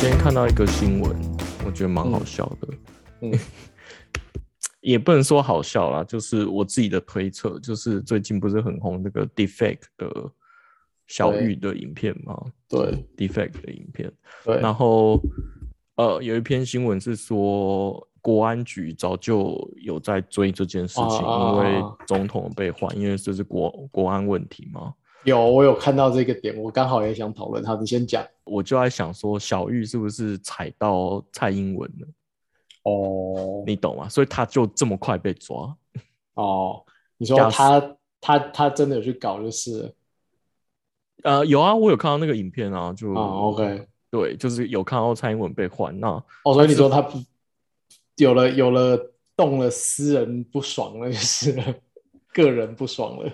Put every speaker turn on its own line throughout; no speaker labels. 今天看到一个新闻，我觉得蛮好笑的。嗯
嗯嗯
也不能说好笑啦，就是我自己的推测，就是最近不是很红那个 Defect 的小
对
玉的影片吗
对
？Defect 的影片，
对，
然后呃，有一篇新闻是说，国安局早就有在追这件事情，
啊啊啊
因为总统被换，因为这是国国安问题嘛。
有我有看到这个点，我刚好也想讨论他，你先讲。
我就在想说，小玉是不是踩到蔡英文了？
哦
你懂吗？所以他就这么快被抓。
哦，你说
假
他他他真的有去搞就是了
呃，有啊，我有看到那个影片啊，就、
哦，OK，
对，就是有看到蔡英文被换，那
哦，所以你说他不有了有了动了私人不爽了，就是了个人不爽了。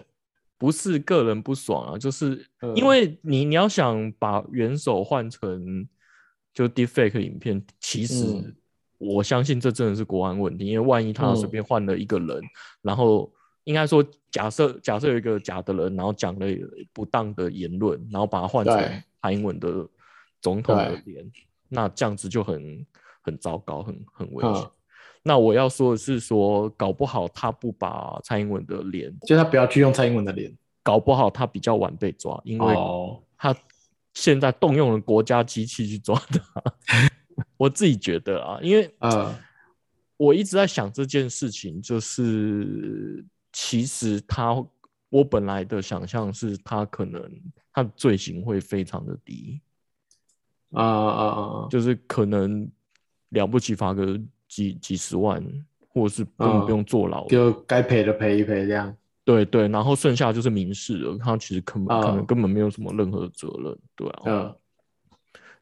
不是个人不爽啊，就是
嗯
因为你你要想把元首换成就 deepfake 影片，其实
嗯
我相信这真的是国安问题，因为万一他
嗯
随便换了一个人，然后应该说假设假设有一个假的人，然后讲了不当的言论，然后把他换成
对
蔡英文的总统的
对
脸，那这样子就很很糟糕，很很危险。
嗯
那我要说的是说搞不好他不把蔡英文的脸
就他不要去用蔡英文的脸。
搞不好他比较晚被抓，因为
哦，
他现在动用了国家机器去抓他。 我自己觉得啊，因为
嗯
我一直在想这件事情，就是其实他，我本来的想象是他可能他的罪行会非常的低，
啊啊啊！
就是可能了不起罚个几几十万，或者是根本
嗯
不用坐牢，
就该赔的赔一赔，这样。
对对，然后剩下就是民事了，他其实根本、可能
嗯
根本没有什么任何责任，对啊，
嗯。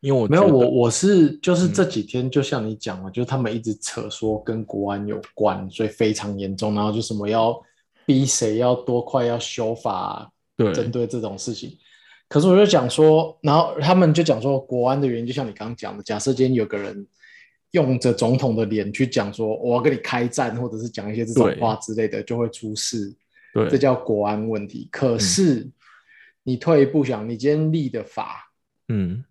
因为我
没有，
觉得
我我是就是
嗯
这几天，就像你讲嘛，就是他们一直扯说跟国安有关，所以非常严重，然后就什么要逼谁要多快要修法，
对
针对这种事情。可是我就讲说，然后他们就讲说，国安的原因就像你刚刚讲的，假设今天有个人用着总统的脸去讲说我要跟你开战，或者是讲一些这种
对
话之类的，就会出事。
对嗯
这叫国安问题。可是你退一步想，你今天立的法。
嗯，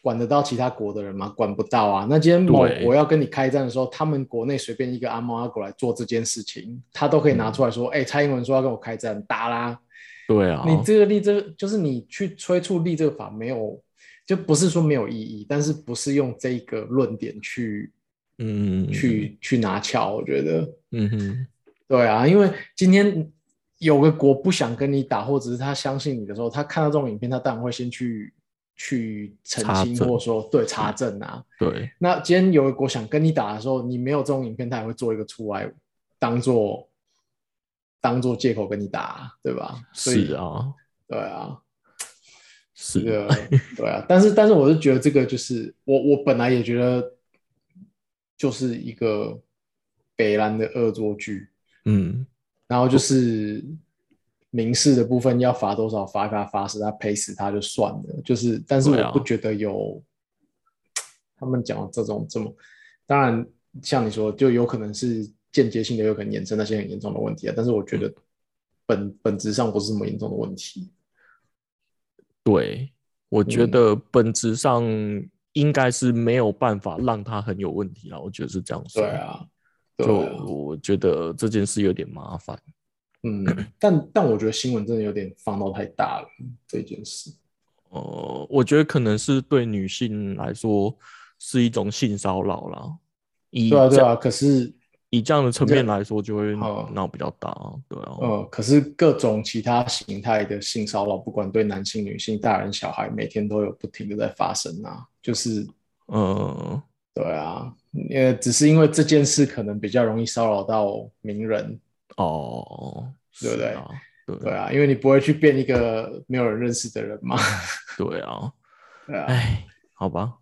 管得到其他国的人吗？管不到啊。那今天某
对
国要跟你开战的时候，他们国内随便一个阿猫阿狗来做这件事情，他都可以拿出来说：“
嗯
哎、蔡英文说要跟我开战，打啦！”
对啊，
你这个立这个，就是你去催促立这个法没有，就不是说没有意义，但是不是用这个论点去
嗯
去去拿翘？我觉得，
嗯哼，
对啊，因为今天有个国不想跟你打，或者是他相信你的时候，他看到这种影片，他当然会先去去澄
查
清，
证
或者说对查证啊。
对
那今天有一个国想跟你打的时候，你没有这种影片，他也会做一个出来，当做当做借口跟你打，对吧？所以
是，啊
对啊，
是
这个对啊， 但是但是我是觉得这个就是我我本来也觉得就是一个北兰的恶作剧，
嗯
然后就是民事的部分要罚多少，罚他罚死他，赔死他就算了。就是，但是
对啊
我不觉得有、他们讲的这种这么，当然像你说，就有可能是间接性的，有可能衍生那些很严重的问题啊。但是我觉得本本质上不是什么严重的问题。
对，我觉
嗯
得本质上应该是没有办法让他很有问题啦，我觉得是这样说。
对，啊，对
就
啊，
我觉得这件事有点麻烦。
嗯，但但我觉得新闻真的有点放到太大了这件事。
呃，我觉得可能是对女性来说是一种性骚扰啦。以
对啊，对
这
啊，可是
以这样的层
这
面来说，就会
好
闹比较大啊。对啊，
呃，可是各种其他形态的性骚扰，不管对男性、女性、大人、小孩，每天都有不停的在发生啊。就是
呃，
对啊，呃，只是因为这件事可能比较容易骚扰到名人，
哦，
对不
是
对
啊？
对
对
啊，因为你不会去变一个没有人认识的人嘛，
对啊，
对啊，
哎，好吧，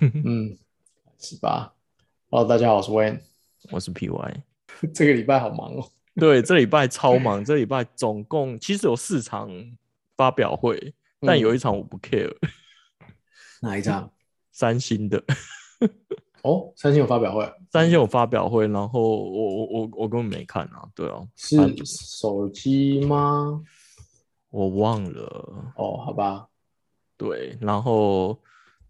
嗯，是吧？Hello，大家好，我是 Wayne，
我是 PY。
这个礼拜好忙哦。
对，这礼拜超忙，这礼拜总共其实有四场发表会，但
嗯
有一场我不 care，
哪一张？
三星 的
哦，三星有发表会，
三星有发表会，然后我我我我根本没看啊，对啊，
是
反正
手机吗？
我忘了，
哦，好吧，
对，然后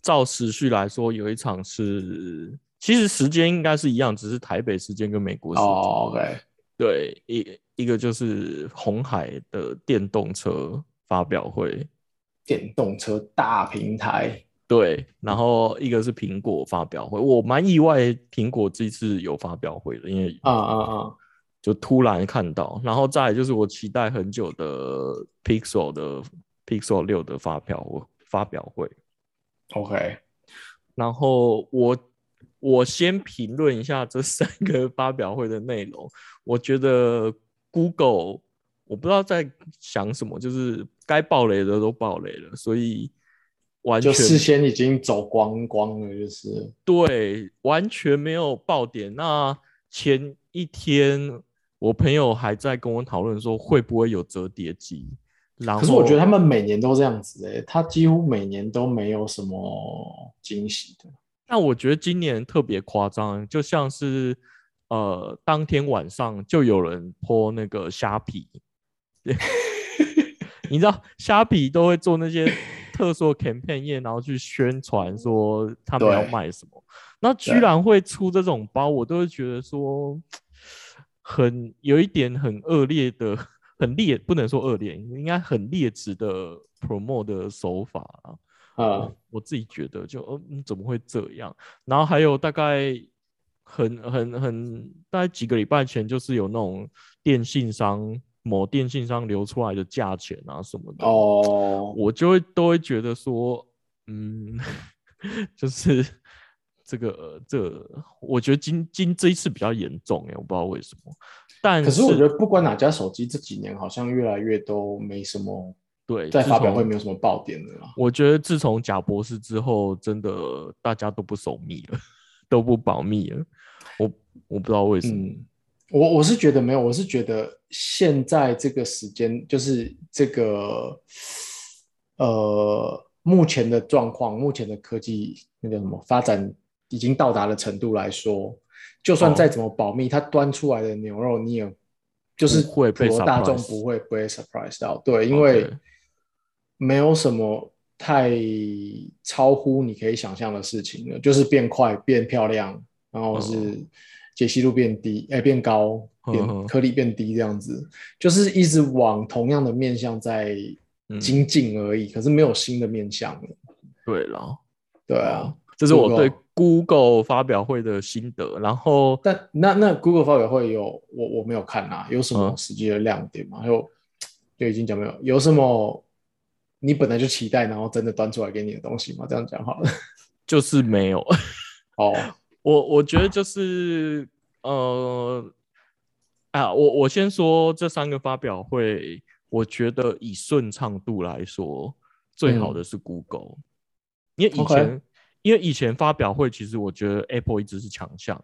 照时序来说，有一场是，其实时间应该是一样，只是台北时间跟美国时间。
哦，OK，
对，一一个就是红海的电动车发表会，
电动车大平台，
对，然后一个是苹果发表会。我蛮意外，苹果这次有发表会的，因为
啊啊
嗯
啊，
就突然看到，然后再来就是我期待很久的 Pixel 的 Pixel 六的发表会发表会。
OK，
然后我我先评论一下这三个发表会的内容。我觉得 Google 我不知道在想什么，就是该爆雷的都爆雷了，所以完
就
全
事先已经走光光了，就是
对完全没有爆点。那前一天我朋友还在跟我讨论说会不会有折叠机，然后
可是我觉得他们每年都这样子诶、欸他几乎每年都没有什么惊喜的。
但我觉得今年特别夸张，就像是呃，当天晚上就有人泼那个虾皮， 你知道虾皮都会做那 些特殊的 campaign 页，然后去宣传说他们要
对
卖什么，那居
对
然会出这种包，我都会觉得说很有一点很恶劣的。很劣，不能说恶劣，应该很劣质的 promo 的手法啊。
嗯，
我自己觉得就呃嗯怎么会这样？然后还有大概很很很大概几个礼拜前，就是有那种电信商某电信商流出来的价钱啊什么的，
哦，
我就会都会觉得说，嗯， 就是这个、呃这个我觉得今今这一次比较严重哎、我不知道为什么。但
可是我觉得不管哪家手机，这几年好像越来越都没什么
对
在
自
发表
从
会没有什么爆点的啦。
我觉得自从贾博士之后，真的大家都不守密了，都不保密了。我我不知道为什么。
嗯，我我是觉得没有，我是觉得现在这个时间，就是这个呃，目前的状况，目前的科技那个什么发展已经到达的程度来说，就算
哦
再怎么保密，它端出来的牛肉你也就是
不会
普
被
罗大众
surprise 哦
不会不会 surprise 到，对，因为
OK
没有什么。太超乎你可以想象的事情了，就是变快、变漂亮，然后
哦
是解析度变低，哎、变高，
嗯嗯
变颗粒变低这样子，就是一直往同样的面向在
嗯
精进而已，可是没有新的面向了。
对了，
对啊，
这是我哦
Google
对 Google 发表会的心得。然后
但那那 Google 发表会有我我没有看啊，有什么
嗯
实际的亮点吗？有就已经讲没有，有什么你本来就期待，然后真的端出来给你的东西吗？这样讲好了。
就是没有，
哦，
我我觉得就是呃啊，我我先说这三个发表会，我觉得以顺畅度来说，最好的是 Google，、因为以
OK
前因为以前发表会，其实我觉得 Apple 一直是强项，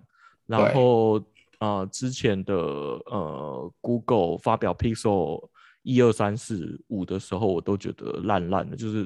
然后啊之前的呃 Google 发表 Pixel。一二三四五的时候，我都觉得烂烂的，就是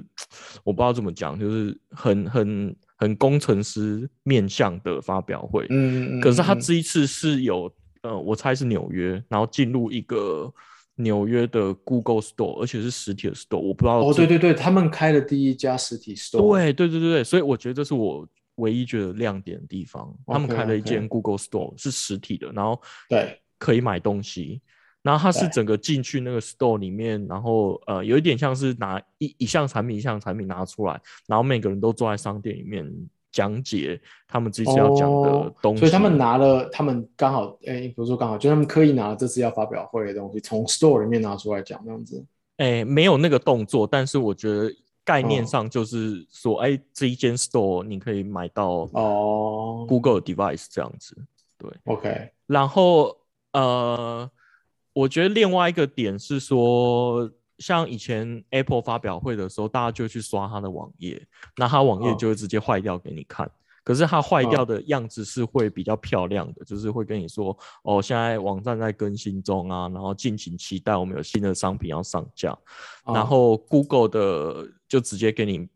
我不知道怎么讲，就是很很很工程师面向的发表会。
嗯，嗯
可是他
嗯
这一次是有，呃，我猜是纽约，然后进入一个纽约的 Google Store，而且是实体的 Store，我不知道
哦，
这
对对对，他们开的第一家实体 store，
对对对对对，所以我觉得这是我唯一觉得亮点的地方。他们
OK，
开了一
OK
间 Google Store 是实体的，然后
对
可以买东西。然后它是
对
整个进去那个 store 里面，然后呃有一点像是拿一一项产品一项产品拿出来，然后每个人都坐在商店里面讲解他们这次要讲的
哦
东西。
所以他们拿了，他们刚好，哎、不是说刚好，就他们刻意拿了这次要发表会的东西，从 store 里面拿出来讲，这样子。
哎，没有那个动作，但是我觉得概念
嗯
上就是说，哎、这一间 store 你可以买到
哦
Google device 这样子。
，OK，
然后呃，我觉得另外一个点是说，像以前 Apple 发表会的时候，大家就会去刷它的网页，那它网页
嗯
就会直接坏掉给你看。可是它坏掉的样子是会比较漂亮的，就是会跟你说哦，现在网站在更新中啊，然后敬请期待，我们有新的商品要上架。
哦
然后 Google 的就直接给你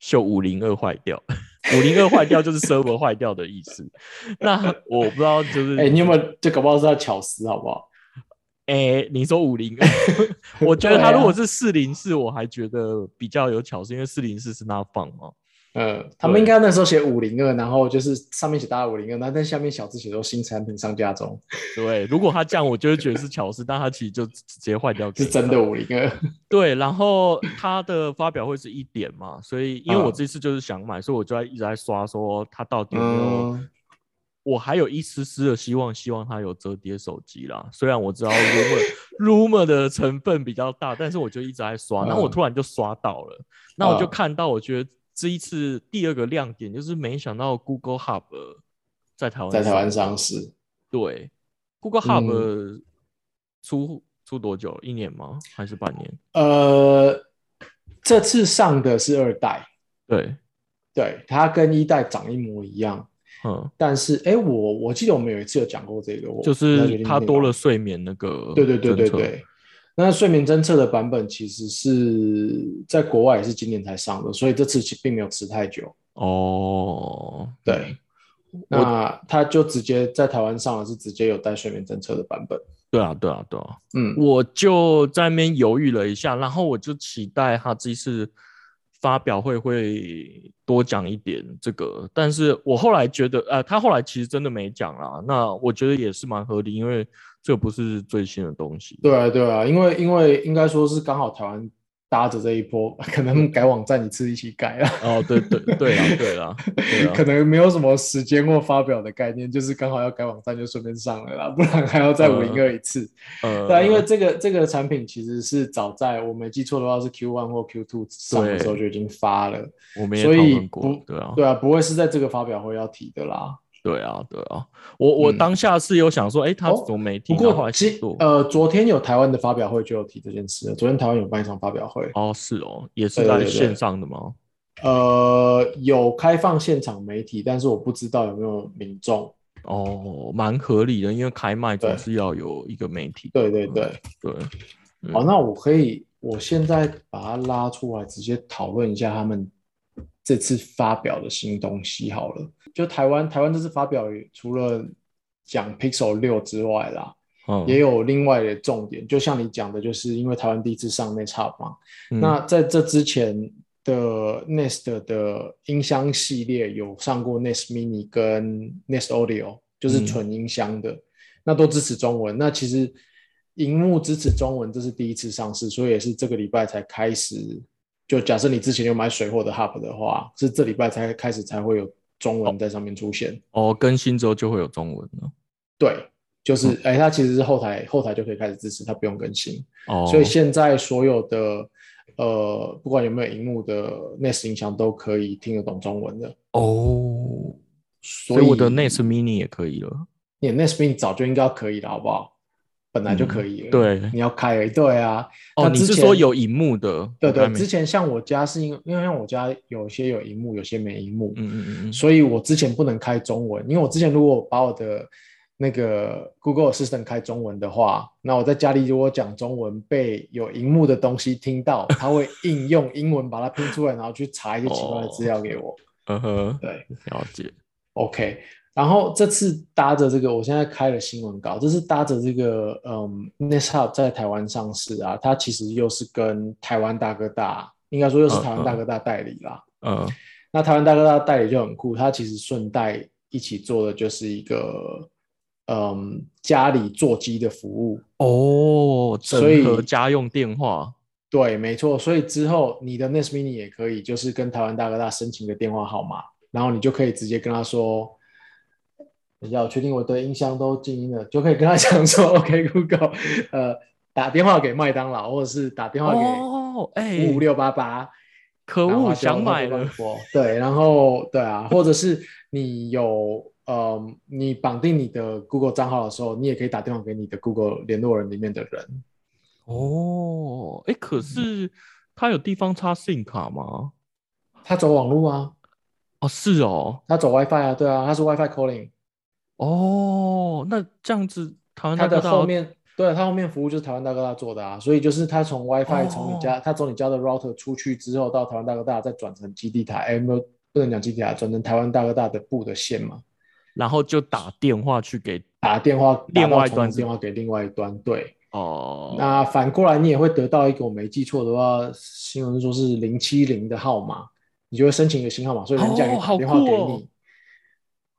秀五零二坏掉， 五零二坏掉就是 server 坏掉的意思。那我不知道，就是
哎、你有没有这搞不好是在巧思，好不好？
诶哎你说五 零二，我觉得
对
他如
啊
果是四零四，我还觉得比较有巧思，因为四零四是他放嘛。
呃，他们应该那时候写五零二，然后就是上面写大五零二，那但下面小字写说新产品上架中，
对，如果他这样，我就会觉得是巧思，但他其实就直接换掉，
是真的五零 二。
对，然后他的发表会是一点嘛，所以因为
嗯
我这次就是想买，所以我就在一直在刷，说他到底有没有。
嗯
我还有一丝丝的希望，希望它有折叠手机啦。虽然我知道 rumor rumor 的成分比较大，但是我就一直在刷。然后我
嗯
突然就刷到了，那我就
嗯
看到，我觉得这一次第二个亮点就是没想到 Google Hub 在台湾
在台湾嗯
上
上市，
对 Google Hub 出、出多久？一年吗？还是半年？
呃，这次上的是二代，
对，
对，它跟一代长一模一样，
嗯，
但是哎，我我记得我们有一次有讲过这个，我
就
不太确
是
定
它
内
多
容
了睡眠那个
对对对对
政策，
对。那睡眠侦测的版本其实是在国外也是今年才上的，所以这次其实并没有迟太久。
哦，
对，
嗯
那它就直接在台湾上的是直接有带睡眠侦测的版本。
对啊，对啊，对啊。
嗯，
我就在那边犹豫了一下，然后我就期待他这一次发表会会多讲一点这个，但是我后来觉得，呃，他后来其实真的没讲啦，那我觉得也是蛮合理，因为这不是最新的东西。
对啊对啊，因为因为应该说是刚好台湾搭着这一波，可能改网站一次一起改啊。
哦，对对对啦，对啦，对啊
可
啦，
能没有什么时间或发表的概念，就是刚好要改网站就顺便上了啦，不然还要再
嗯
五零二一次。
呃，
对啊，因为这个这个产品其实是早在我没记错的话是 Q one 或 Q two 上的时候就已经发了，
我们也
所
讨
以
论过
不，
对啊，
对啊，不会是在这个发表会要提的啦。
对啊，对啊，我我
嗯
当下是有想说，哎，他
哦
怎么没提？然
不
后后
过
来
其
做，
呃，昨天有台湾的发表会就有提这件事了，昨天台湾有办一场发表会，
哦，是哦，也是
对对
在
对对
线上的吗？
呃，有开放现场媒体，但是我不知道有没有民众。
哦，蛮合理的，因为开麦总
对
是要有一个媒体。
对对对，
对，嗯
好，那我可以，我现在把它拉出来，直接讨论一下他们这次发表的新东西好了。就台湾，台湾这次发表除了讲 Pixel 六之外啦，
嗯，
也有另外的重点，就像你讲的，就是因为台湾第一次上 Nest Hub 嘛，
嗯
那在这之前的 Nest 的音箱系列有上过 Nest Mini 跟 Nest Audio，就是
嗯
纯音箱的，那都支持中文。那其实荧幕支持中文，这是第一次上市，所以也是这个礼拜才开始。就假设你之前有买水货的 Hub 的话，是这礼拜才开始才会有中文在上面出现。
哦，更新之后就会有中文了。
对，就是哎、它其实是后台后台就可以开始支持，它不用更新。
哦，
所以现在所有的呃，不管有没有荧幕的 Nest 音箱都可以听得懂中文的。
哦，
所
所以我的
你
Nest Mini 也可以了。
的 Nest Mini 早就应该可以了，好不好？本来就可以了。
嗯对
你要开而已。对啊，
哦，
那
你
之
是
前
说有荧幕的？
对
我刚才
对，
没
之前像我家是因为因为像我家有些有荧幕，有些没荧幕，
嗯嗯嗯嗯，
所以我之前不能开中文，因为我之前如果把我的那个 Google Assistant 开中文的话，那我在家里如果讲中文被有荧幕的东西听到，它会应用英文把它拼出来，然后去查一些奇怪的资料给我。
嗯哼，
对
了解。
，OK。然后这次搭着这个，我现在开了新闻稿，这次搭着这个，嗯，Nest Hub 在台湾上市啊，它其实又是跟台湾大哥大，应该说又是台湾大哥大代理啦。
嗯，
那台湾大哥大代理就很酷，他其实顺带一起做的就是一个嗯家里座机的服务。
哦，整
所以
合家用电话。
对，没错。所以之后你的 Nest Mini 也可以，就是跟台湾大哥大申请个电话号码，然后你就可以直接跟他说。等一下，我确定我的音箱都静音了，就可以跟他讲说，OK Google，呃，打电话给麦当劳，或者是打电话给
哦，哎，
五五六八八，
可
然后
恶，
就
想买
会帮
了。
我。 对，然后对啊，或者是你有呃，你绑定你的 Google 账号的时候，你也可以打电话给你的 Google 联络人里面的人。
哦，哎，
嗯
可是它有地方插 SIM 卡吗？
他走网路啊，
哦，是哦，
他走 WiFi 啊，对啊，他是 WiFi calling。
哦，那这样子台湾
他
大哥
的
大
后
要
面，对他后面服务就是台湾大哥大做的啊，所以就是他从 WiFi
哦
从你家，他从你家的 router 出去之后，到台湾大哥大再转成基地台，哎，没有不能讲基地台，转成台湾大哥大的部的线嘛。
然后就打电话去给
打电话，打到
另外一
重
端
复
是
电话给另外一端，对，
哦，
那反过来，你也会得到一个我没记错的话，新闻说是零七零的号码，你就会申请一个新号码，所以人家也
哦好
打电话给
酷哦
你。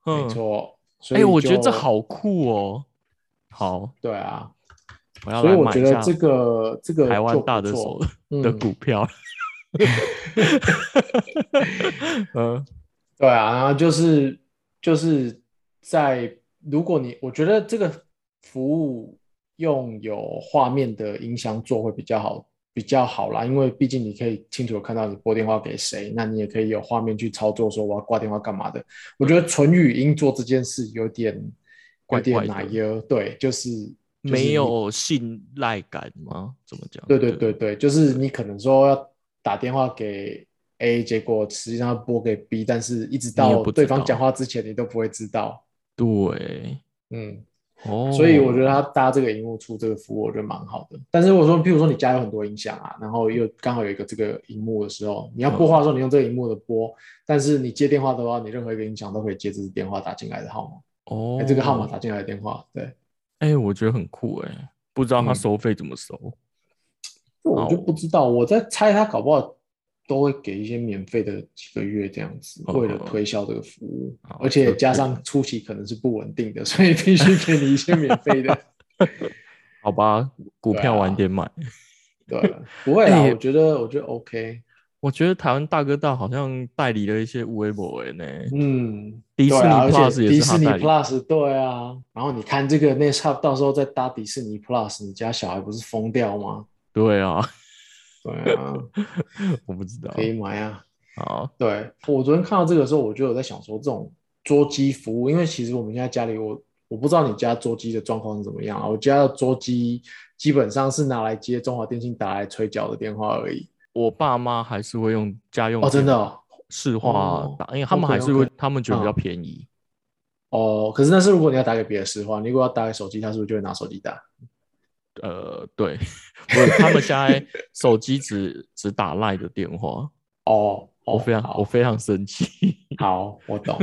嗯
没，错，所
哎、
以
我觉得这
就
好酷哦。好，
对啊，
我要
所以
来
我
买
觉
一
得
下
这个这个
台
就
湾
不
大的
错
手
嗯
的股 票。 嗯，
对啊，然后就是就是在如果你我觉得这个服务用有画面的音箱做会比较好，比较好啦，因为毕竟你可以清楚地看到你拨电话给谁，那你也可以有画面去操作说我要挂电话干嘛的。我觉得纯语音做这件事有点
怪
有点
怪的嗯
奶油，对，就是就是
没
你
有信赖感吗？怎么讲？
对对对对，就是你可能说要打电话给 A，结果实际上要拨给 B，但是一直
你也
到
不知
对方
道
讲话之前，你都不会知道。
对，
嗯，
哦，
所以我觉得他搭这个荧幕出这个服务，我觉得蛮好的。但是如果说，譬如说你家有很多音响啊，然后又刚好有一个这个荧幕的时候，你要拨话的时候，你用这个荧幕的拨，但是你接电话的话，你任何一个音响都可以接这支电话打进来的号码，
哦
哎、，这个号码打进来的电话，对，
哎、我觉得很酷哎、不知道他
嗯
收费怎么收。
这我就不知道，我在猜他搞不好都会给一些免费的几个月这样子，
哦
为了推销这个服务，
好
而且加上初期可能是不稳定的，所以必须给你一些免费的。
好吧，股
对
票
啊
晚点买。
对，不会啦，
哎
我觉得我觉得 OK，
我觉得台湾大哥大好像代理了一些无微博欸呢，
嗯。
迪士
对
尼
啊，而
Plus
且
也
迪
是他
士尼
代理。
Plus 对啊，然后你看这个 Next Hub 到时候再搭迪士尼 Plus，你家小孩不是疯掉吗？
对啊，
对啊，
我不知道
可。以买啊。
好，
对我昨天看到这个时候，我就有在想说，这种桌机服务，因为其实我们现在家里我，我不知道你家桌机的状况是怎么样啊。我家的桌机基本上是拿来接中华电信打来催缴的电话而已。
我爸妈还是会用家用
哦，真的
电
哦。
市话
哦
打，因为他们还
OK，OK
是会，他们觉得比较
嗯
便宜。
哦，可是那是如果你要打给别的市话，你如果要打给手机，他是不是就会拿手机打？
呃，对，不是他们现在手机只只打赖的电话，
哦，哦
我非常我
好，
非常生气，
好，我懂。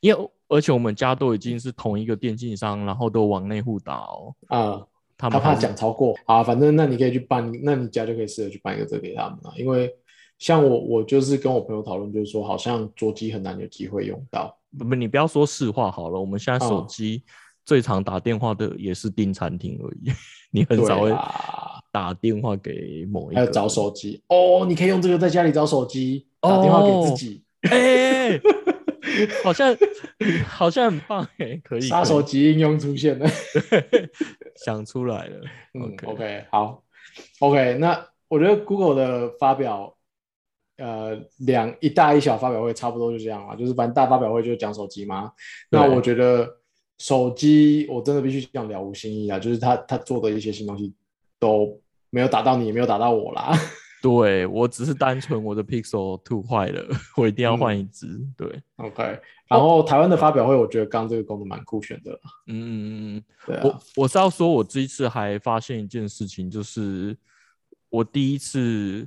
因为而且我们家都已经是同一个电竞商，然后都往内户打哦，
啊、
他
他
们
怕
还是
讲超过啊，反正那你可以去办，那你家就可以试着去办一个这个给他们啊。因为像我，我就是跟我朋友讨论，就是说好像桌机很难有机会用到
不不，你不要说市话好了，我们现在手
嗯
机最常打电话的也是订餐厅而已，你很
对
少会
啦
打电话给某一个
还有
人
找手机哦，你可以用这个在家里找手机，打电话给自己，
哎、好像好像很棒哎、可以
杀
可以
手级应用出现了。
想出来了，
嗯
OK
，OK，好，OK，那我觉得 Google 的发表，呃，两一大一小发表会差不多就这样了，就是反正大发表会就是讲手机嘛。那
对
我觉得手机我真的必须讲了无新意啊，就是他他做的一些新东西都没有打到你，也没有打到我啦。
对我只是单纯我的 Pixel Two 坏了， 我一定
嗯
要换一只。对，
OK，然 后台湾的发表会，我觉得刚刚这个功能蛮酷炫的啦，
嗯嗯嗯嗯，
对啊，
我我是要说，我这一次还发现一件事情，就是我第一次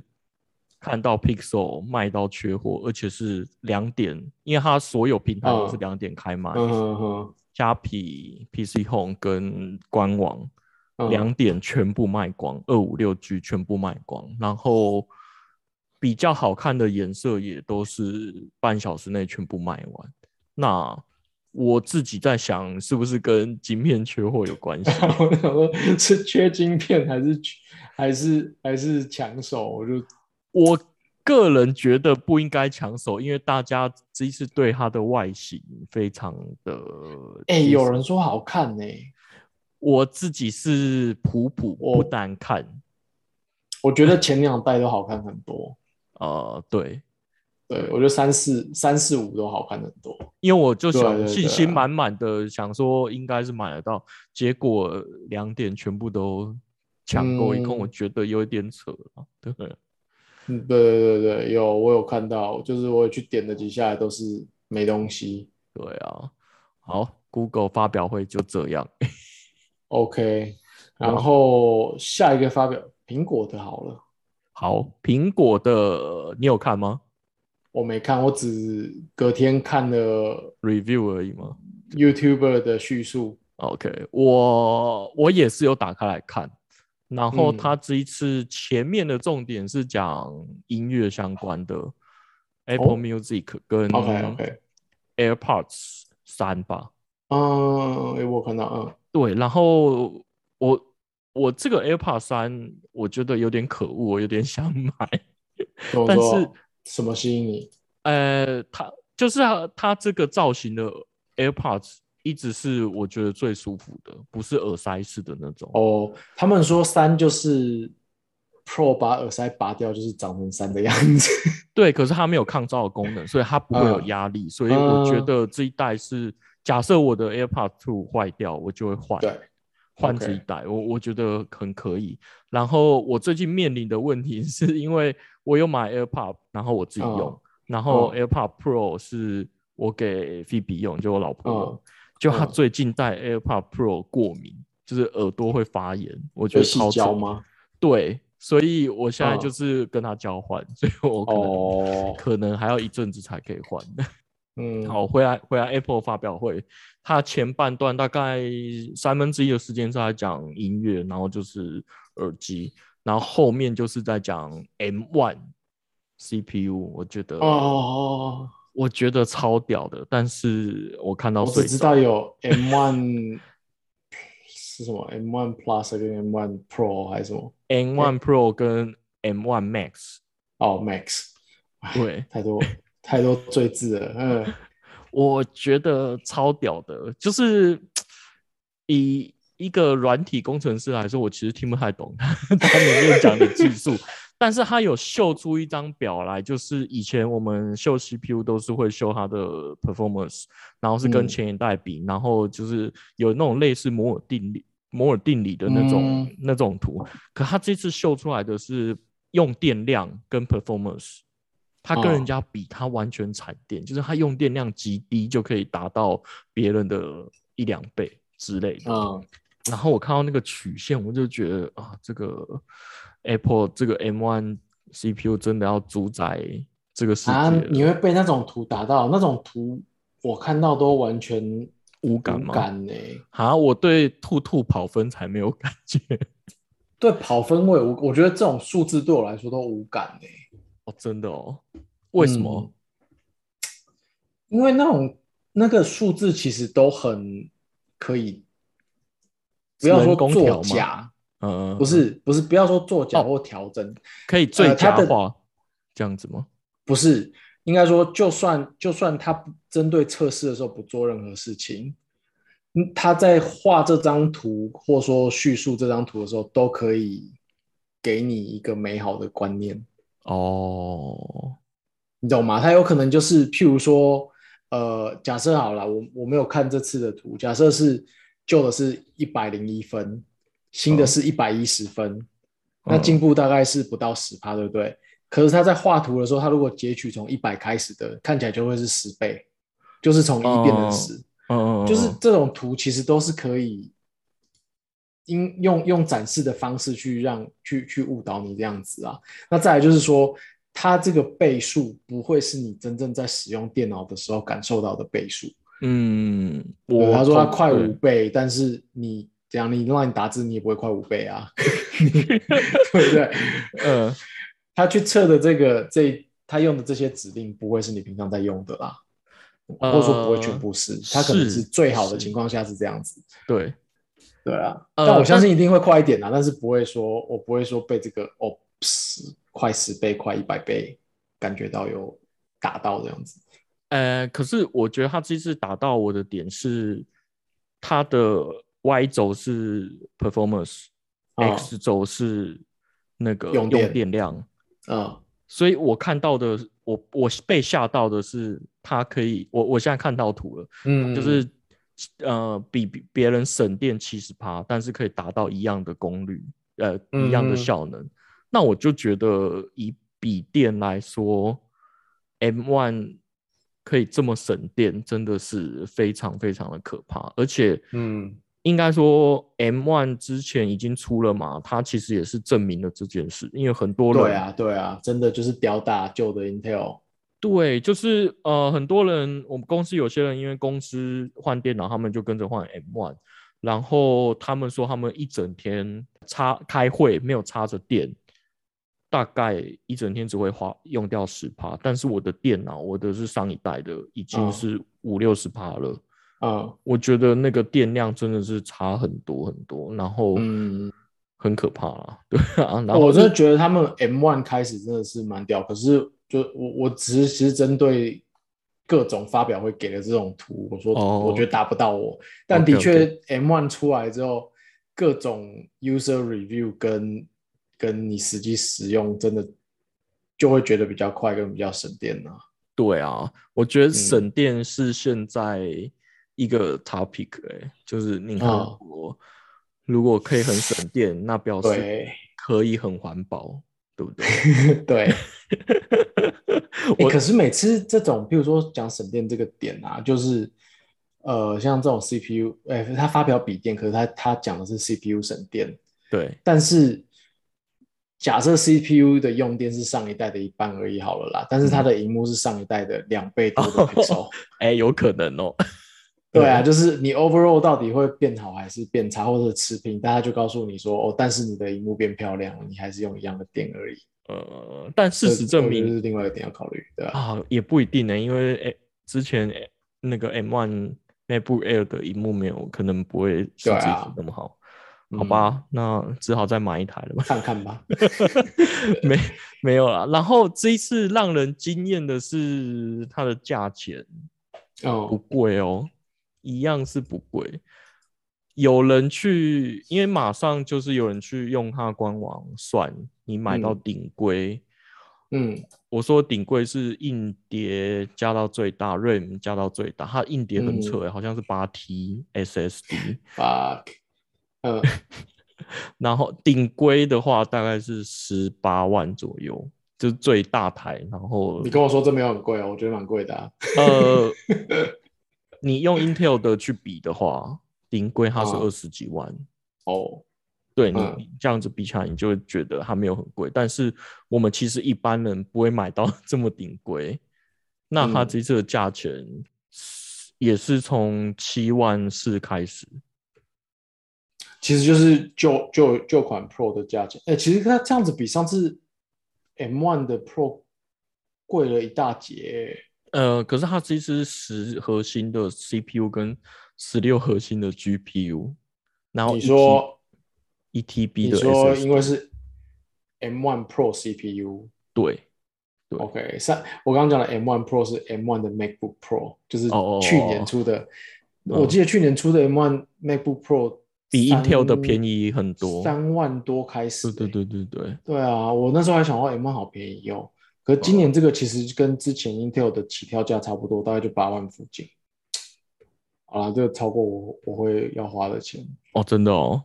看到 Pixel 卖到缺货，而且是两点，因为它所有平台都是
嗯
两点开卖，
嗯哼哼
虾皮、PC Home 跟官网
嗯
两点全部卖光，二五六 G 全部卖光，然后比较好看的颜色也都是半小时内全部卖完。那我自己在想，是不是跟晶片缺货有关系？
然 后我想说是缺晶片还是缺还是还是抢手，我就
我个人觉得不应该抢手，因为大家这一次对它的外形非常的
哎、
接
有
受
人说好看呢、
我自己是普普不
我
难看，
我觉得前两代都好看很多，
呃，对，
对我觉得三四三四五都好看很多。
因为我就
对
想
对
信
对
心
啊
满满的想说应该是买得到，结果两点全部都抢购一空，
嗯
我觉得有一点扯了。对，
嗯，对对对对，有我有看到，就是我有去点了几下，都是没东西。
对啊，好，Google 发表会就这样。
OK，然后下一个发表苹果的好了，
好，苹果的你有看吗
我没看，我只隔天看了
？Review 而已吗
YouTuber 的叙述。
？OK，我我也是有打开来看，然后
嗯
它这一次前面的重点是讲音乐相关的， Apple Music 跟
OK OK，
AirPods 三吧。
嗯，诶我有看到，嗯，
对，然后我我这个 AirPods 三，我觉得有点可恶，我有点想买，
怎么
但
说
是
什么吸引你？
呃，它就是它它这个造型的 AirPods 一直是我觉得最舒服的，不是耳塞式的那种。
哦，他们说三就是 Pro 把耳塞拔掉，就是长成三的样 子。
对，可是它没有抗噪的功能，所以它不会有
嗯
压力，所以我觉
嗯
得这一代是，假设我的 AirPods Two 坏掉，我就会换。
对，
换
OK
这一代，我我觉得很可以。然后我最近面临的问题 是因为我有买 AirPod，然后我自己用，
嗯
然后
嗯
AirPod Pro 是我给 Phoebe 用，就我老婆用，
嗯，
就她
嗯
最近戴 AirPod Pro 过敏，就是耳朵会发炎，我觉
就
得
细
超
胶
扯？
吗？
对，所以我现在
嗯
就是跟她交换，所以我可能、
哦，
可能还要 一阵子才可以换。
嗯，
好，回来回来 Apple 发表会，它前半段大概三分之一的时间是在讲音乐，然后就是耳机，然后后面就是在讲 M One CPU，我觉得，
哦，哦
我觉得超屌的，但是我看
哦，
到
我只
睡
知
着。
道有 M One 是什么？M One Plus 跟 M One Pro 还是什么？
M One Pro 跟 M One Max，
哦，Max，
对
太多太多罪字了。嗯，
我觉得超屌的，就是以一个软体工程师来说，我其实听不太懂 它里面讲的技术，但是它有秀出一张表来，就是以前我们秀 CPU 都是会秀它的 performance，然后是跟
嗯
前一代比，然后就是有那种类似摩尔定理、摩尔定理的那种、
嗯
那种图，可它这次秀出来的是用电量跟 performance。它跟人
哦
家比，它完全产电，就是它用电量极低就可以达到别人的一两倍之类的。
嗯，
然后我看到那个曲线，我就觉得啊，这个 Apple 这个 M1 CPU 真的要主宰这个世界
啊，
了，
你会被那种图打到，那种图我看到都完全
无感吗？
感呢、欸
啊，我对兔兔跑分才没有感觉。
对跑分位，我我觉得这种数字对我来说都无感欸呢、
哦，真的哦？为什么？
因为那种那个数字其实都很可以，不要说
人工调吗
作假，
嗯，哦
不是不是，不要说作假或调整，
可以最
呃它
佳
的
化这样子吗？
不是，应该说，就算就算他不针对测试的时候不做任何事情，嗯他在画这张图或说叙述这张图的时候，都可以给你一个美好的观念。
哦，
你懂吗？它有可能就是，譬如说，呃，假设好了，我我没有看这次的图，假设是旧的是一百零一分，新的
嗯
是一百一十分，那进步大概是不到十趴，对不对？可是他在画图的时候，他如果截取从一百开始的，看起来就会是十倍，就是从一变成
哦
十、
嗯嗯，嗯
就是这种图其实都是可以因用用展示的方式去让去去误导你这样子啊。那再来就是说，它这个倍数不会是你真正在使用电脑的时候感受到的倍数。
嗯，
对
我
他说它
同
快
对
五倍，但是你怎样，你让你打字你也不会快五倍 啊，对不对？
嗯，
他去测的这个这他用的这些指令不会是你平常在用的啦。或者说不会全部是，它可能
是
是最好的
呃是
情况下是这样子，
对，
对啊，
呃
但我相信一定会快一点啦，啊但是不会说，我不会说被这个哦十快十倍、快一百倍感觉到有打到这样子。
呃，可是我觉得他这次打到我的点是，他的 Y 轴是 performance，、
啊
x 轴是那个
用
用
电
电量，
嗯，
所以我看到的，我我被吓到的是，它可以，我我现在看到图了，
嗯
就是呃比比别人省电七十趴，但是可以达到一样的功率，呃一样的
嗯
效能。那我就觉得以笔电来说，M One 可以这么省电，真的是非常非常的可怕。而且，
嗯，
应该说 M One 之前已经出了嘛，它其实也是证明了这件事，因为很多人
对啊，对啊，真的就是吊打旧的 Intel，
对，就是呃，很多人，我们公司有些人因为公司换电脑，他们就跟着换 M1，然后他们说他们一整天插开会没有插着电，大概一整天只会花用掉十趴，但是我的电脑，我的是上一代的，已经
嗯
是五六十趴了。
啊，
我觉得那个电量真的是差很多很多，然后
嗯，哦
很可怕啦，对啊，然后
我真的觉得他们 M One 开始真的是蛮屌，可是就我我只是其实针对各种发表会给的这种图，我说、
哦
我觉得达不到我，但
OK，OK
的确 M One 出来之后，各种 user review 跟跟你实际使用真的就会觉得比较快跟比较省电啊。
对啊，我觉
嗯
得省电是现在一个 topic 哎、就是你看
哦
我、如果可以很省电，那表示
对
可以很环保，对不对？
对，欸
我
可是每次这种，比如说讲省电这个点啊，就是呃，像这种 CPU，哎、它发表笔电，可是它它讲的是 CPU 省电，
对，
但是假设 CPU 的用电是上一代的一半而已好了啦，但是
嗯
它的荧幕是上一代的两倍多的 pixel，
哎、有可能哦。
对啊，就是你 overall 到底会变好还是变差，或者持平，大家就告诉你说，哦，但是你的荧幕变漂亮了，你还是用一样的电而已。
呃，但事实
这
证
我觉得
明
是另外一个点要考虑，对吧、
啊，也不一定呢、因为哎、之前、哎那个 M1 MacBook Air 的荧幕没有，可能不会像
对
这
啊
次那么好。
嗯
好吧，那只好再买一台了吧。
看看 吧。
没没有啦。然后这一次让人惊艳的是它的价钱
哦，
不贵哦，一样是不贵。有人去，因为马上就是有人去用它的官网算，你买到
嗯
顶规，
嗯
我说顶规是硬碟加到最大，RAM 加到最大，它硬碟很扯、欸好像是八 T SSD，
，fuck，嗯，
然后顶规的话大概是十八万左右，就是最大台，然后
你跟我说这没有很贵哦，我觉得蛮贵的啊。
呃，你用 Intel 的去比的话，顶规它是
哦
二十几万，
哦，
对你
嗯
这样子比起来，你就会觉得它没有很贵。但是我们其实一般人不会买到这么顶 规，那它
嗯
这次的价钱也是从七万四开始，
其实就是旧旧旧款 Pro 的价钱，哎、其实它这样子比上次 M1 的 Pro 贵了一大截。
呃，可是它其实十核心的 CPU 跟十六核心的 GPU，然后
你说
一 TB
你
的
说
SSD，
因为是 M1 Pro CPU。
对
OK，三，我刚刚讲的 M1 Pro 是 M1 的 MacBook Pro，就是
哦哦哦
去年出的。
嗯
我记得去年出的 M1 MacBook Pro
比 Intel 的便
宜。
宜很多，
三万多开始、
对对对对对，
对啊，我那时候还想哇 M1 好便宜哦，可是
嗯
今年这个其实跟之前 Intel 的起跳价差不多，大概就八万附近。好啦，这个超过我我会要花的钱。
哦，真的哦，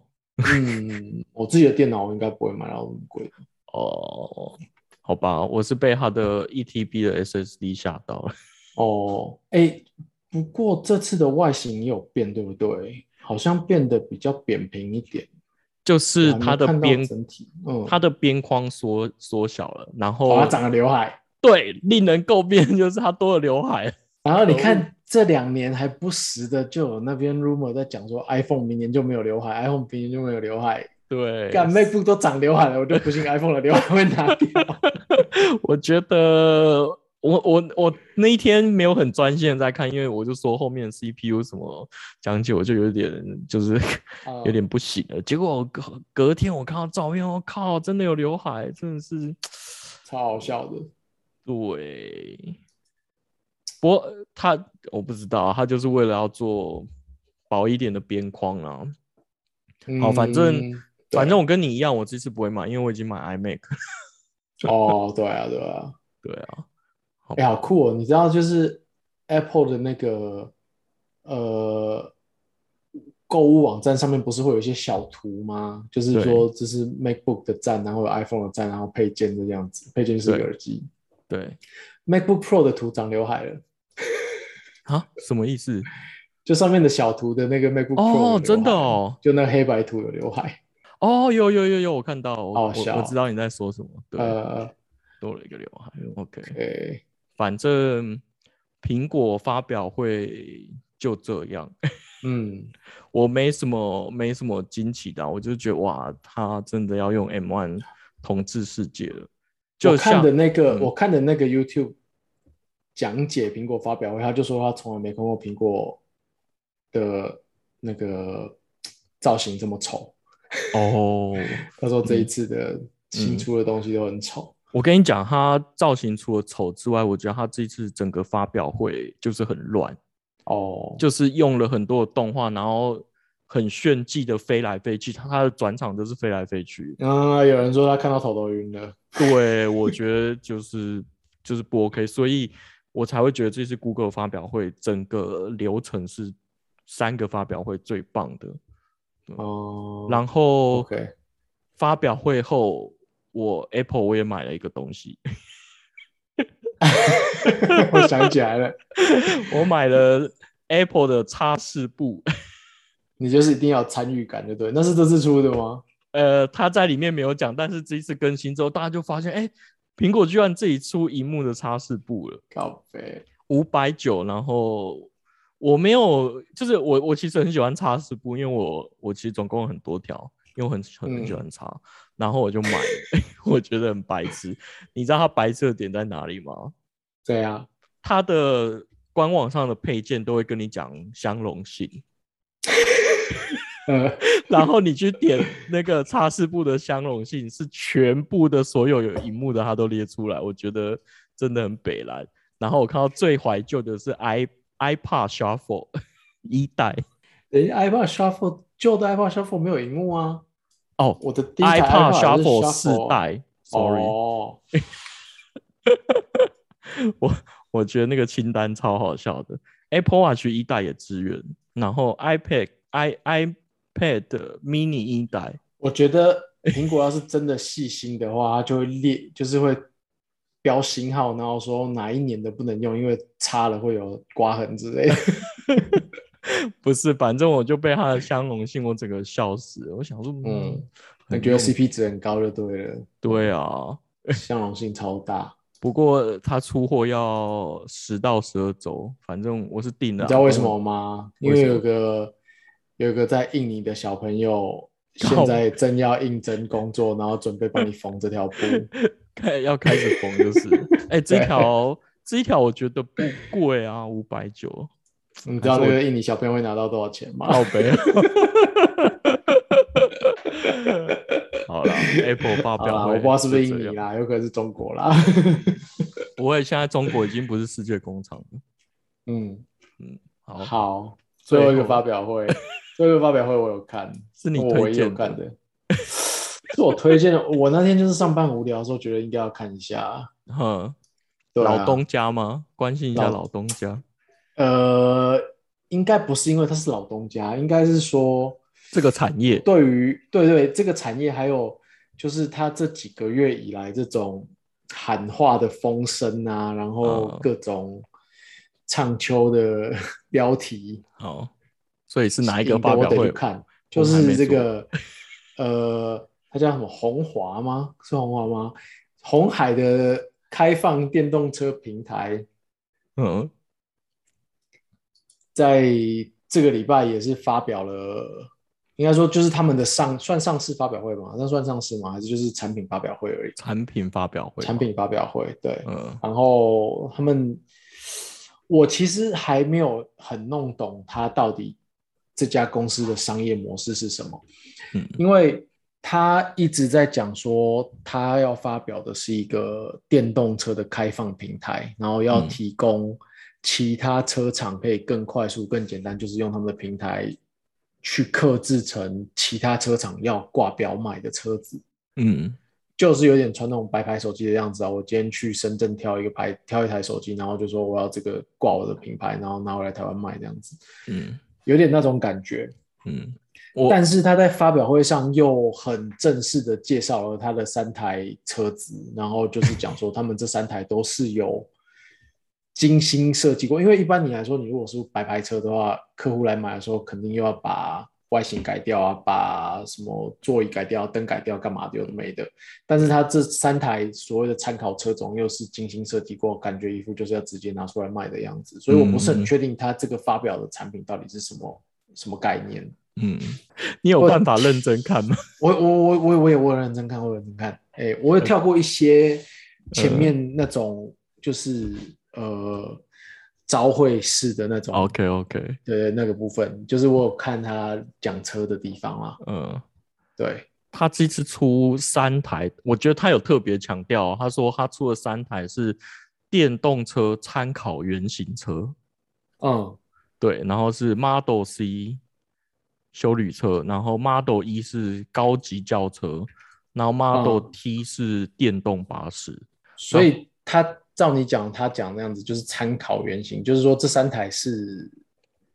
嗯，我自己的电脑我应该不会买到那么贵的。
哦，好吧，我是被它的 ETB 的 SSD 吓到了。
哦，哎，不过这次的外形也有变，对不对？好像变得比较扁平一点，
就是
我还没
它的
看到
边
整体，嗯，
它的边框缩缩小了，然后、
哦它长了刘海，
对令人诟病就是它多了刘海，
然
哦
后你看这两年还不时的就有那边 rumor 在讲说 iPhone 明年就没有刘海，iPhone 明年就没有刘海，
对，
干 MacBook 都长刘海了，我就 不信 iPhone 的刘海会拿掉。
我觉得我我我那一天没有很专心的在看，因为我就说后面 CPU 什么讲解，我就有点就是
啊
有点不行了。结果我隔隔天我看到照片，我靠，真的有刘海，真的是。
超好笑的，
对，不过呃他我不知道，他就是为了要做薄一点的边框啊。好反正
嗯
反正我跟你一样，我这次不会买，因为我已经买 iMac。
哦，对啊，对啊，
对啊，好
哎、
吧，
好酷哦！你知道就是 Apple 的那个呃购物网站上面不是会有一些小图吗？就是
对
说这是 MacBook 的站，然后有 iPhone 的站，然后配件这样子，配件就是一个
对
耳机。
对
MacBook Pro 的图长刘海了，
啊，什么意思？
就上面的小图的那个 MacBook Pro 有
哦
刘，海
真的，哦，
就那黑白图有刘海，
哦，有有有有，我看到，我
好
我
笑哦
我知道你在说什么，对，
呃，嗯
多了一个刘海，OK，
诶，
反正苹果发表会就这样。
嗯，
我没什么没什么惊奇的啊、我就觉得哇，他真的要用 M 1统治世界了。就
我看
像
的那个，
嗯
我看的那个 YouTube 讲解苹果发表会，他就说他从来没看过苹果的那个造型这么丑。
哦，
他说这一次的新
嗯
出的东西都很丑。
我跟你讲，他造型除了丑之外，我觉得他这次整个发表会就是很乱，
哦，
就是用了很多的动画，然后很炫技的飞来飞去，他他的转场就是飞来飞去。
啊，有人说他看到头都晕了。
对，我觉得就是就是不 OK，所以我才会觉得这次 Google 发表会整个流程是三个发表会最棒的。
哦，
然后
OK
发表会后，我 Apple 我也买了一个东 西，
我想起来了，
我买了 Apple 的擦拭布，
你就是一定要有参与感，就对。那是这次出的吗？
呃，它在里面没有讲，但是这一次更新之后，大家就发现，哎，苹果居然自己出荧幕的擦拭布了。
告白。
五百九，然后我没有，就是我我其实很喜欢擦拭布，因为我我其实总共有很多条，因为我很很很喜
嗯
欢擦，然后我就买了， 我觉得很白痴。你知道它白痴的点在哪里吗？
对啊，
它的官网上的配件都会跟你讲相容性，
呃，
然后你去点那个擦拭布的相容性是全部的所有有荧幕的它都列出来，我觉得真的很北蓝。然后我看到最怀旧的是 i iPad Shuffle 一代
人家 iPod Shuffle 旧的 iPod Shuffle 没有荧幕啊。
哦
我的第一台
，iPad
iPod 是
Shuffle 四代，sorry，、
哦，
我我觉得那个清单超好笑的，Apple Watch 一代也支援，然后 iPad i iPad Mini 一代，
我觉得苹果要是真的细心的话，它就会列，就是会标型号，然后说哪一年的不能用，因为擦了会有刮痕之 类的。
不是，反正我就被它的相容性我整个笑死了，我想说，嗯
嗯，
很
你觉
用
得 CP 值很高就对了，
对啊，
相容性超大。
不过它出货要十到十二周，反正我是定
你
了啊。嗯
知道为什么吗？因
为什
为
么
有个有个在印尼的小朋友，
靠
现在正要应征工作，然后准备帮你缝 这条布。
开要开始缝 就是，哎、这一条这一条我觉得不贵啊，五百九，
你知道那个印尼小朋友会拿到多少钱吗？
好 悲。好了，Apple 发
好
表
啦，
会，
我不知道是不啊是印尼
这样。
啦，有可能是中国啦。
不会，现在中国已经不是世界工厂了。
嗯，
好，
好，最后
最
一个
后
发表会，最后一个发表会我有看，
是你
我
推
唯一有
荐
看的，是我推荐的。我那天就是上班无聊的时候，觉得应该要看一下。
哼，
对啊
老东家吗？关心一下
老
老东家，
呃，应该不是因为他是老东家，应该是说
这个产业
对于对对这个产业，还有就是他这几个月以来这种喊话的风声啊，然后
嗯
各种唱秋的标题，
好，所以是哪一
引
个
得
发
我
表
得去
会？
看，就
还没
是这
做
个呃，它叫什么红华吗？是红华吗？红海的开放电动车平台
嗯，
在这个礼拜也是发表了，应该说就是他们的上算上市发表会吗？那算上市吗？还是就是产品发表会而已？
产品发表会，
产，品发表会，对。
嗯
然后他们，我其实还没有很弄懂它到底这家公司的商业模式是什么，
嗯
因为他一直在讲说他要发表的是一个电动车的开放平台，然后要
嗯
提供其他车厂可以更快速、更简单，就是用他们的平台去克制成其他车厂要挂表买的车子。
嗯
就是有点传统白牌手机的样子啊。我今天去深圳挑一个牌，挑一台手机，然后就说我要这个挂我的品牌，然后拿回来台湾卖这样子，
嗯
有点那种感觉。
嗯，我
但是他在发表会上又很正式的介绍了他的三台车子，然后就是讲说他们这三台都是有精心设计过，因为一般你来说，你如果是白牌车的话，客户来买的时候肯定又要把。外形改掉啊，把什么座椅改掉、灯改掉，干嘛的有的没的。但是它这三台所谓的参考车种又是精心设计过，感觉一副就是要直接拿出来卖的样子，所以我不是很确定它这个发表的产品到底是什么什么概念。
嗯，你有办法 认真看吗？
我我我我我也我有认真看，我有认真看，哎、我有跳过一些
嗯
前面那种就是呃招会式的那种
OK OK，
对那个部分，就是我有看他讲车的地方啊，
嗯，
对，
他这次出三台，我觉得他有特别强调，哦他说他出了三台是电动车参考原型车，
嗯，
对，然后是 Model C 修旅车，然后 Model 一、是高级轿车，然后 Model
嗯
T 是电动巴士。
所以他照你讲，他讲那样子就是参考原型，就是说这三台是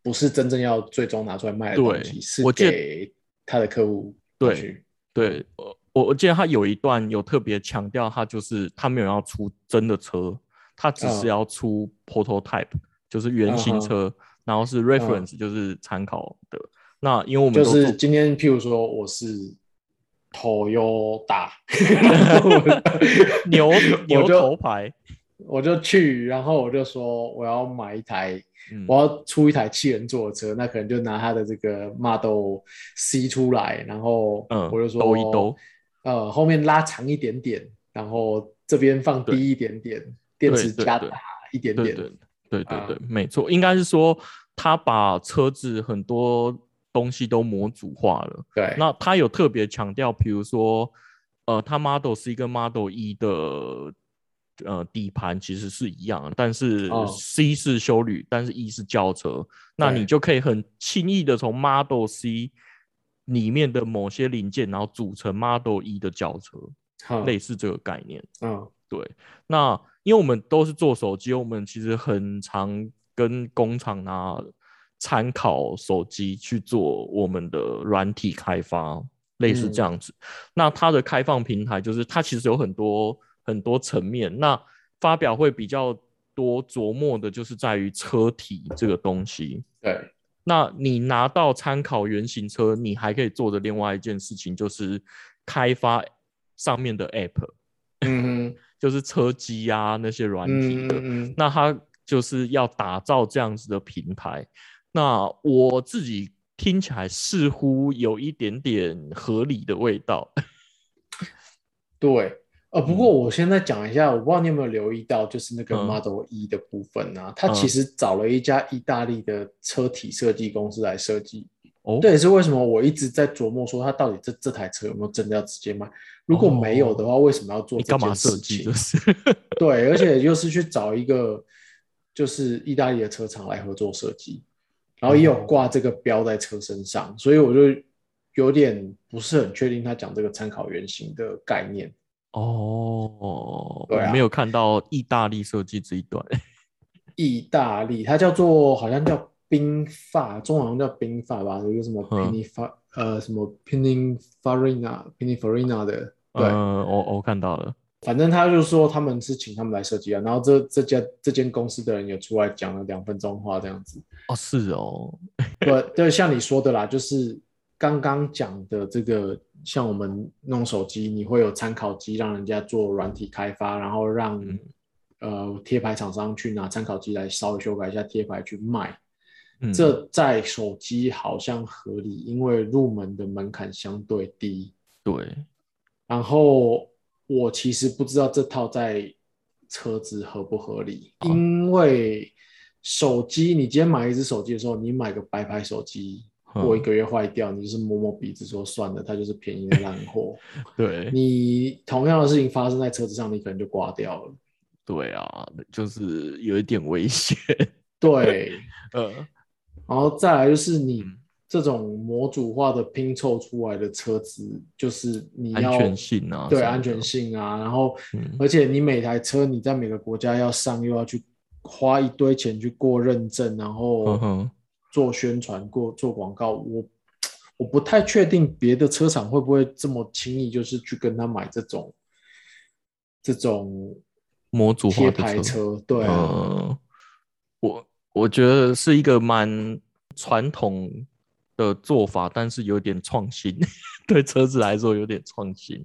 不是真正要最终拿出来卖的东西，
对
是
我记得
给他的客户
对
去
对，我我我记得他有一段有特别强调，他就是他没有要出真的车，他只是
嗯
要出 prototype，、就是原型
嗯哼
车，然后是 reference，、就是参考的。那因为我们
就
都做
是今天，譬如说我是 Toyota，然后 我
牛牛
我就
头牌，
我就去，然后我就说我要买一台，
嗯，
我要出一台七人座的车，那可能就拿他的这个 Model C 出来，然后
嗯
我就说、
兜一兜，
呃，后面拉长一点点，然后这边放
对
低一点点，电池
对对
加
对
大一点
对
点，
对对对
啊
对，没错，应该是说他把车子很多东西都模组化了。
对
那他有特别强调，比如说，呃，他 Model C 跟 Model 一的呃底盘其实是一样，但是
哦
C 是修旅，但是 E 是轿车，那你
对
就可以很轻易的从 Model C 里面的某些零件，然后组成 Model 一的轿车，
嗯
类似这个概念。
嗯
那因为我们都是做手机，我们其实很常跟工厂拿参考手机去做我们的软体开发，类似这样子。那它的开放平台就是它其实有很多很多层面。那发表会比较多琢磨的就是在于车体这个东西。
对
那你拿到参考原型车，你还可以做的另外一件事情就是开发上面的 app。
嗯哼
就是车机啊那些软体
嗯嗯
的，
嗯
那它就是要打造这样子的平台。那我自己听起来似乎有一点点合理的味道，
对。呃，不过
嗯
我现在讲一下，我不知道你有没有留意到，就是那个
嗯
Model 一的部分啊，它
嗯
其实找了一家意大利的车体设计公司来设计，
哦，
这也是为什么我一直在琢磨说，它到底这这台车有没有真的要直接卖？如果没有的话，为什么要
哦
做
你
这
干嘛
件
设
事
计这
情？
是？
对，而且就是去找一个就是意大利的车厂来合作设计，然后也
哦
有挂这个标在车身上，所以我就有点不是很确定他讲这个参考原型的概念。
哦，
对啊
我没有看到意大利设计这一段，
意大利，它叫做好像叫冰发，中文好像叫冰发吧，有一个什么
嗯
Pininfarina，、呃，什么 Pininfarina，Pininfarina 的， 对，
嗯，我我看到了，
反正他就说他们是请他们来设计啊，然后这这家这间公司的人也出来讲了两分钟话这样子。
哦，是哦，
对对，像你说的啦，就是刚刚讲的这个，像我们弄手机，你会有参考机让人家做软体开发，然后让、
嗯
呃贴牌厂商去拿参考机来稍微修改一下贴牌去卖。
嗯，
这在手机好像合理，因为入门的门槛相对低。
对，
然后我其实不知道这套在车子合不合理，
啊
因为手机，你今天买一只手机的时候，你买个白牌手机，
嗯
过一个月坏掉，你就是摸摸鼻子说算了，它就是便宜的烂 货。
对，
你同样的事情发生在车子上，你可能就挂掉了。
对啊，就是有一点危险，
对，
呃，
然后再来就是你
嗯
这种模组化的拼凑出来的车子，就是你
安
要
全性啊，
对
什么
安
的
全，性啊，然后
嗯
而且你每台车你在每个国家要上，又要去花一堆钱去过认证，然
嗯
后
哼。
做宣传、过做广告，我我不太确定别的车厂会不会这么轻易就是去跟他买这种这种
模组化
贴
的
牌
车，
车，对啊，
呃，我我觉得是一个蛮传统的做法，但是有点创新， 对车子来说有点创新。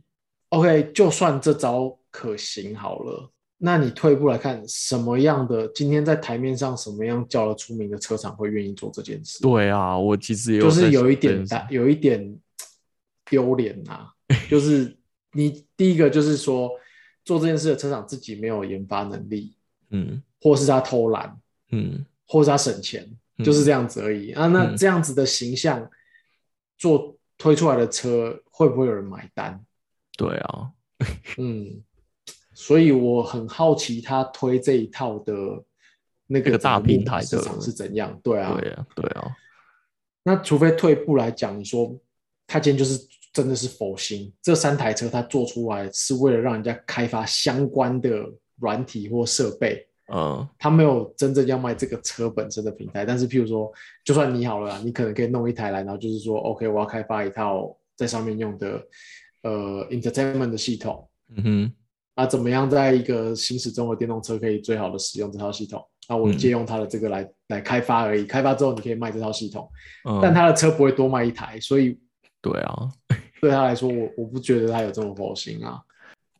OK，就算这招可行好了，那你退一步来看，什么样的今天在台面上什么样叫得出名的车厂会愿意做这件事？
对啊，我其实也有
就
在
是有
想
一
这件
点呃
事
大，有一啊 点丢脸呐。就是你第一个就是说，做这件事的车厂自己没有研发能力，
嗯
或是他偷懒，
嗯
或是他省钱，
嗯
就是这样子而已啊。那
嗯
这样子的形象做推出来的车，会不会有人买单？
对啊，
嗯，所以我很好奇他推这一套的那
这
个
个大
整个
平台的
市场是怎样？对啊，
对啊，对啊，
那除非退一步来讲，你说他今天就是真的是佛心，这三台车它做出来是为了让人家开发相关的软体或设备，
嗯
它没有真正要卖这个车本身的平台。但是譬如说，就算你好了啦，你可能可以弄一台来，然后就是说，OK，我要开发一套在上面用的呃 entertainment 的系统。
嗯哼，
啊，怎么样在一个行驶中的电动车可以最好的使用这套系统？那我
嗯
借用它的这个来、来开发而已，开发之后你可以卖这套系统，
嗯，
但他的车不会多卖一台，所以
对啊，
对他来说，我我不觉得他有这么佛心啊。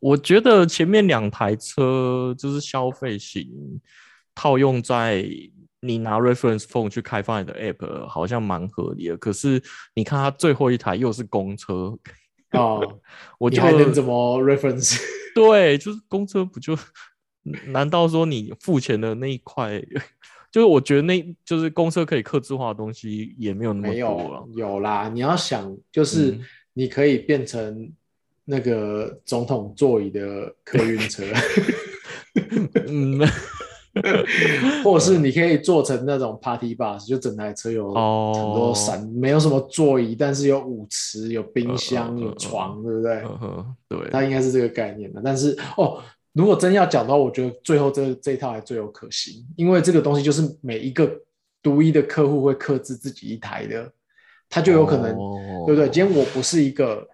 我觉得前面两台车就是消费型，套用在你拿 reference phone 去开发你的 app，好像蛮合理的。可是你看它最后一台又是公车，
哦，
我
你
就
还能怎么 reference？
对，就是公车不就？难道说你付钱的那一块，就是我觉得那就是公车可以克制化的东西也 没有那么
没
多啊了
有。，啊有啦。你要想，就是
嗯
你可以变成那个总统座椅的客运车，
嗯，
或者是你可以做成那种 party bus，就整台车有
哦
很多伞，没有什么座椅，但是有舞池、有冰箱、
嗯嗯嗯
有床，对不对？
呵呵，嗯对，
它应该是这个概念的。但是哦，如果真要讲的话，我觉得最后这这一套还最有可行，因为这个东西就是每一个独一的客户会克制自己一台的，他就有可能，
哦
对不对？今天我不是一个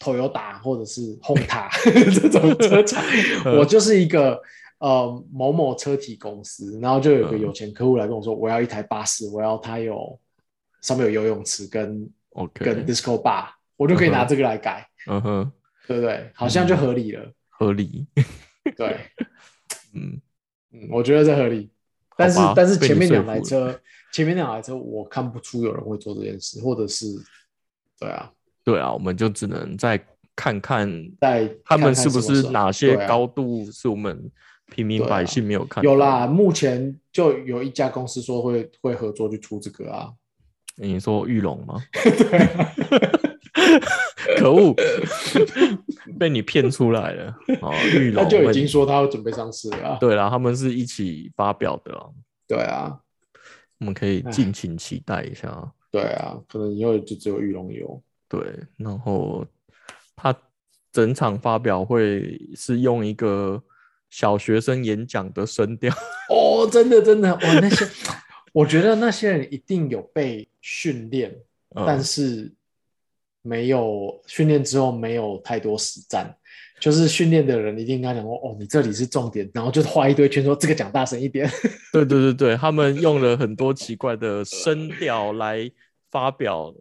Toyota 或者是 Honda 这种车厂，
嗯
我就是一个。呃，某某车体公司，然后就有个
嗯
有钱客户来跟我说，我要一台巴士，我要它有上面有游泳池跟
OK，
跟 disco bar，我就可以
嗯
拿
哼
这个来改，
嗯哼，
对不对？好像就合理了。
合理，
对，
嗯。
嗯，我觉得这合理。但是
好吧
但是
被
前
你
面
说
两台
服
车，前面两台车我看不出有人会做这件事，或者是对啊，
对啊，我们就只能再看看
在
他们
看看
是不
什么时
是
候
哪
对
些
啊
高度是我们平民
对啊
百姓没有看到。
有啦，目前就有一家公司说会会合作去出这个啊，
你说玉龙吗？
对啊，
可恶，被你骗出来了。哦，玉
他
龙
就已
问
经说他要准备上市了啊，
对啦，他们是一起发表的啊，
对啊，
我们可以
唉
敬请期待一下。
对啊，可能以后就只有玉龙有，
对，然后他整场发表会是用一个小学生演讲的声调。
哦，真的真的，哇，那些 我觉得那些人一定有被训练，
嗯
但是没有训练之后没有太多实战，就是训练的人一定跟他讲说，哦，你这里是重点，然后就画一堆圈说这个讲大声一点，
对对对对，他们用了很多奇怪的声调来发表，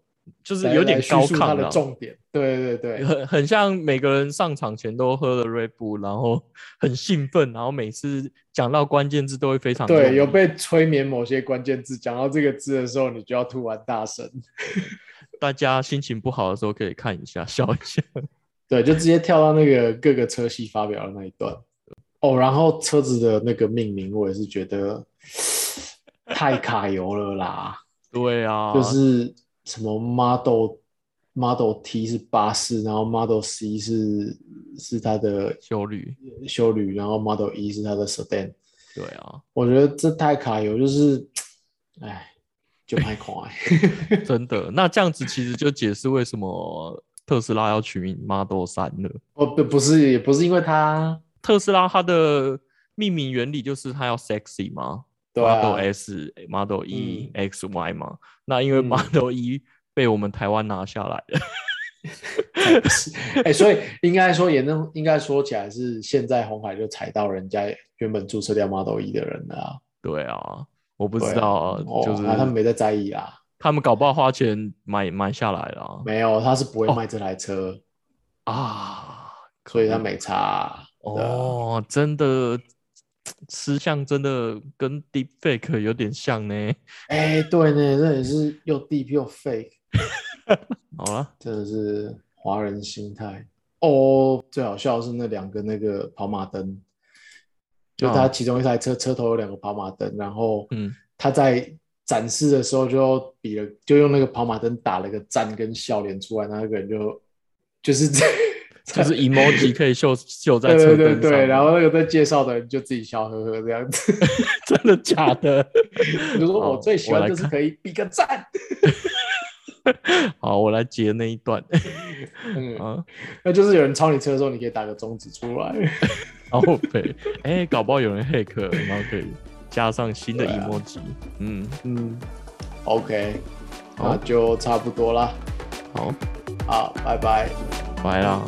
就是
来
有点
来叙
高
述他
亢啊
的
了。
重点，对对对，
很很像每个人上场前都喝了 Red Bull，然后很兴奋，然后每次讲到关键字都会非常用
对，
力
有被催眠某些关键字，讲到这个字的时候，你就要突然大声，
大家心情不好的时候可以看一下笑一下。
对，就直接跳到那个各个车系发表的那一段。哦，然后车子的那个命名，我也是觉得太卡油了啦，
对啊，
就是什么 Model Model T 是巴士，然后 Model C 是是它的
修旅。
修旅，然后 Model E 是它的 Sedan。
对啊，
我觉得这太卡油，就是，哎，就拍狂哎。
真的。那这样子其实就解释为什么特斯拉要取名 Model 三了。
哦，不，不是，也不是因为它，
特斯拉它的命名原理就是它要 sexy 嘛、
对啊
Model S、Model E、
嗯
X、Y 嘛。那因为
嗯
Model 一、被我们台湾拿下来了，
哎、所以应该说也能，应该说起来是现在红海就踩到人家原本注册掉 Model E 的人了啊。
对啊，我不知
对啊
道啊，
哦，
就是、
啊他们没在在意啦，
他们搞不好花钱买买下来了啊
没有，他是不会卖这台车，
啊，
所以他
可恶
没差啊、对啊
哦，真的吃相真的跟 Deepfake 有点像呢。
哎、对呢，这也是又 deep 又 fake，
好了，
真的是华人心态。哦，最好笑的是那两个那个跑马灯，就
啊
它其中一台车车头有两个跑马灯，然后
嗯，
他在展示的时候就比了，就用那个跑马灯打了个赞跟笑脸出来，那个人就就是在
就是 emoji 可以秀秀 在
对
车
对
灯上，
对对，然后那个在介绍的人就自己笑呵呵这样子，
真的假的？
就说
好
我最喜
哦我来
欢就是
看
可以比个 赞，
好，我来截那一段
嗯，
啊，
那就是有人超你车的时候，你可以打个中指出来，
然后对，哎、搞不好有人 hack，了然后可以加上新的
对啊
emoji，、嗯，
嗯，OK，
好
那就差不多啦，
好，
好，拜拜。
拜啦。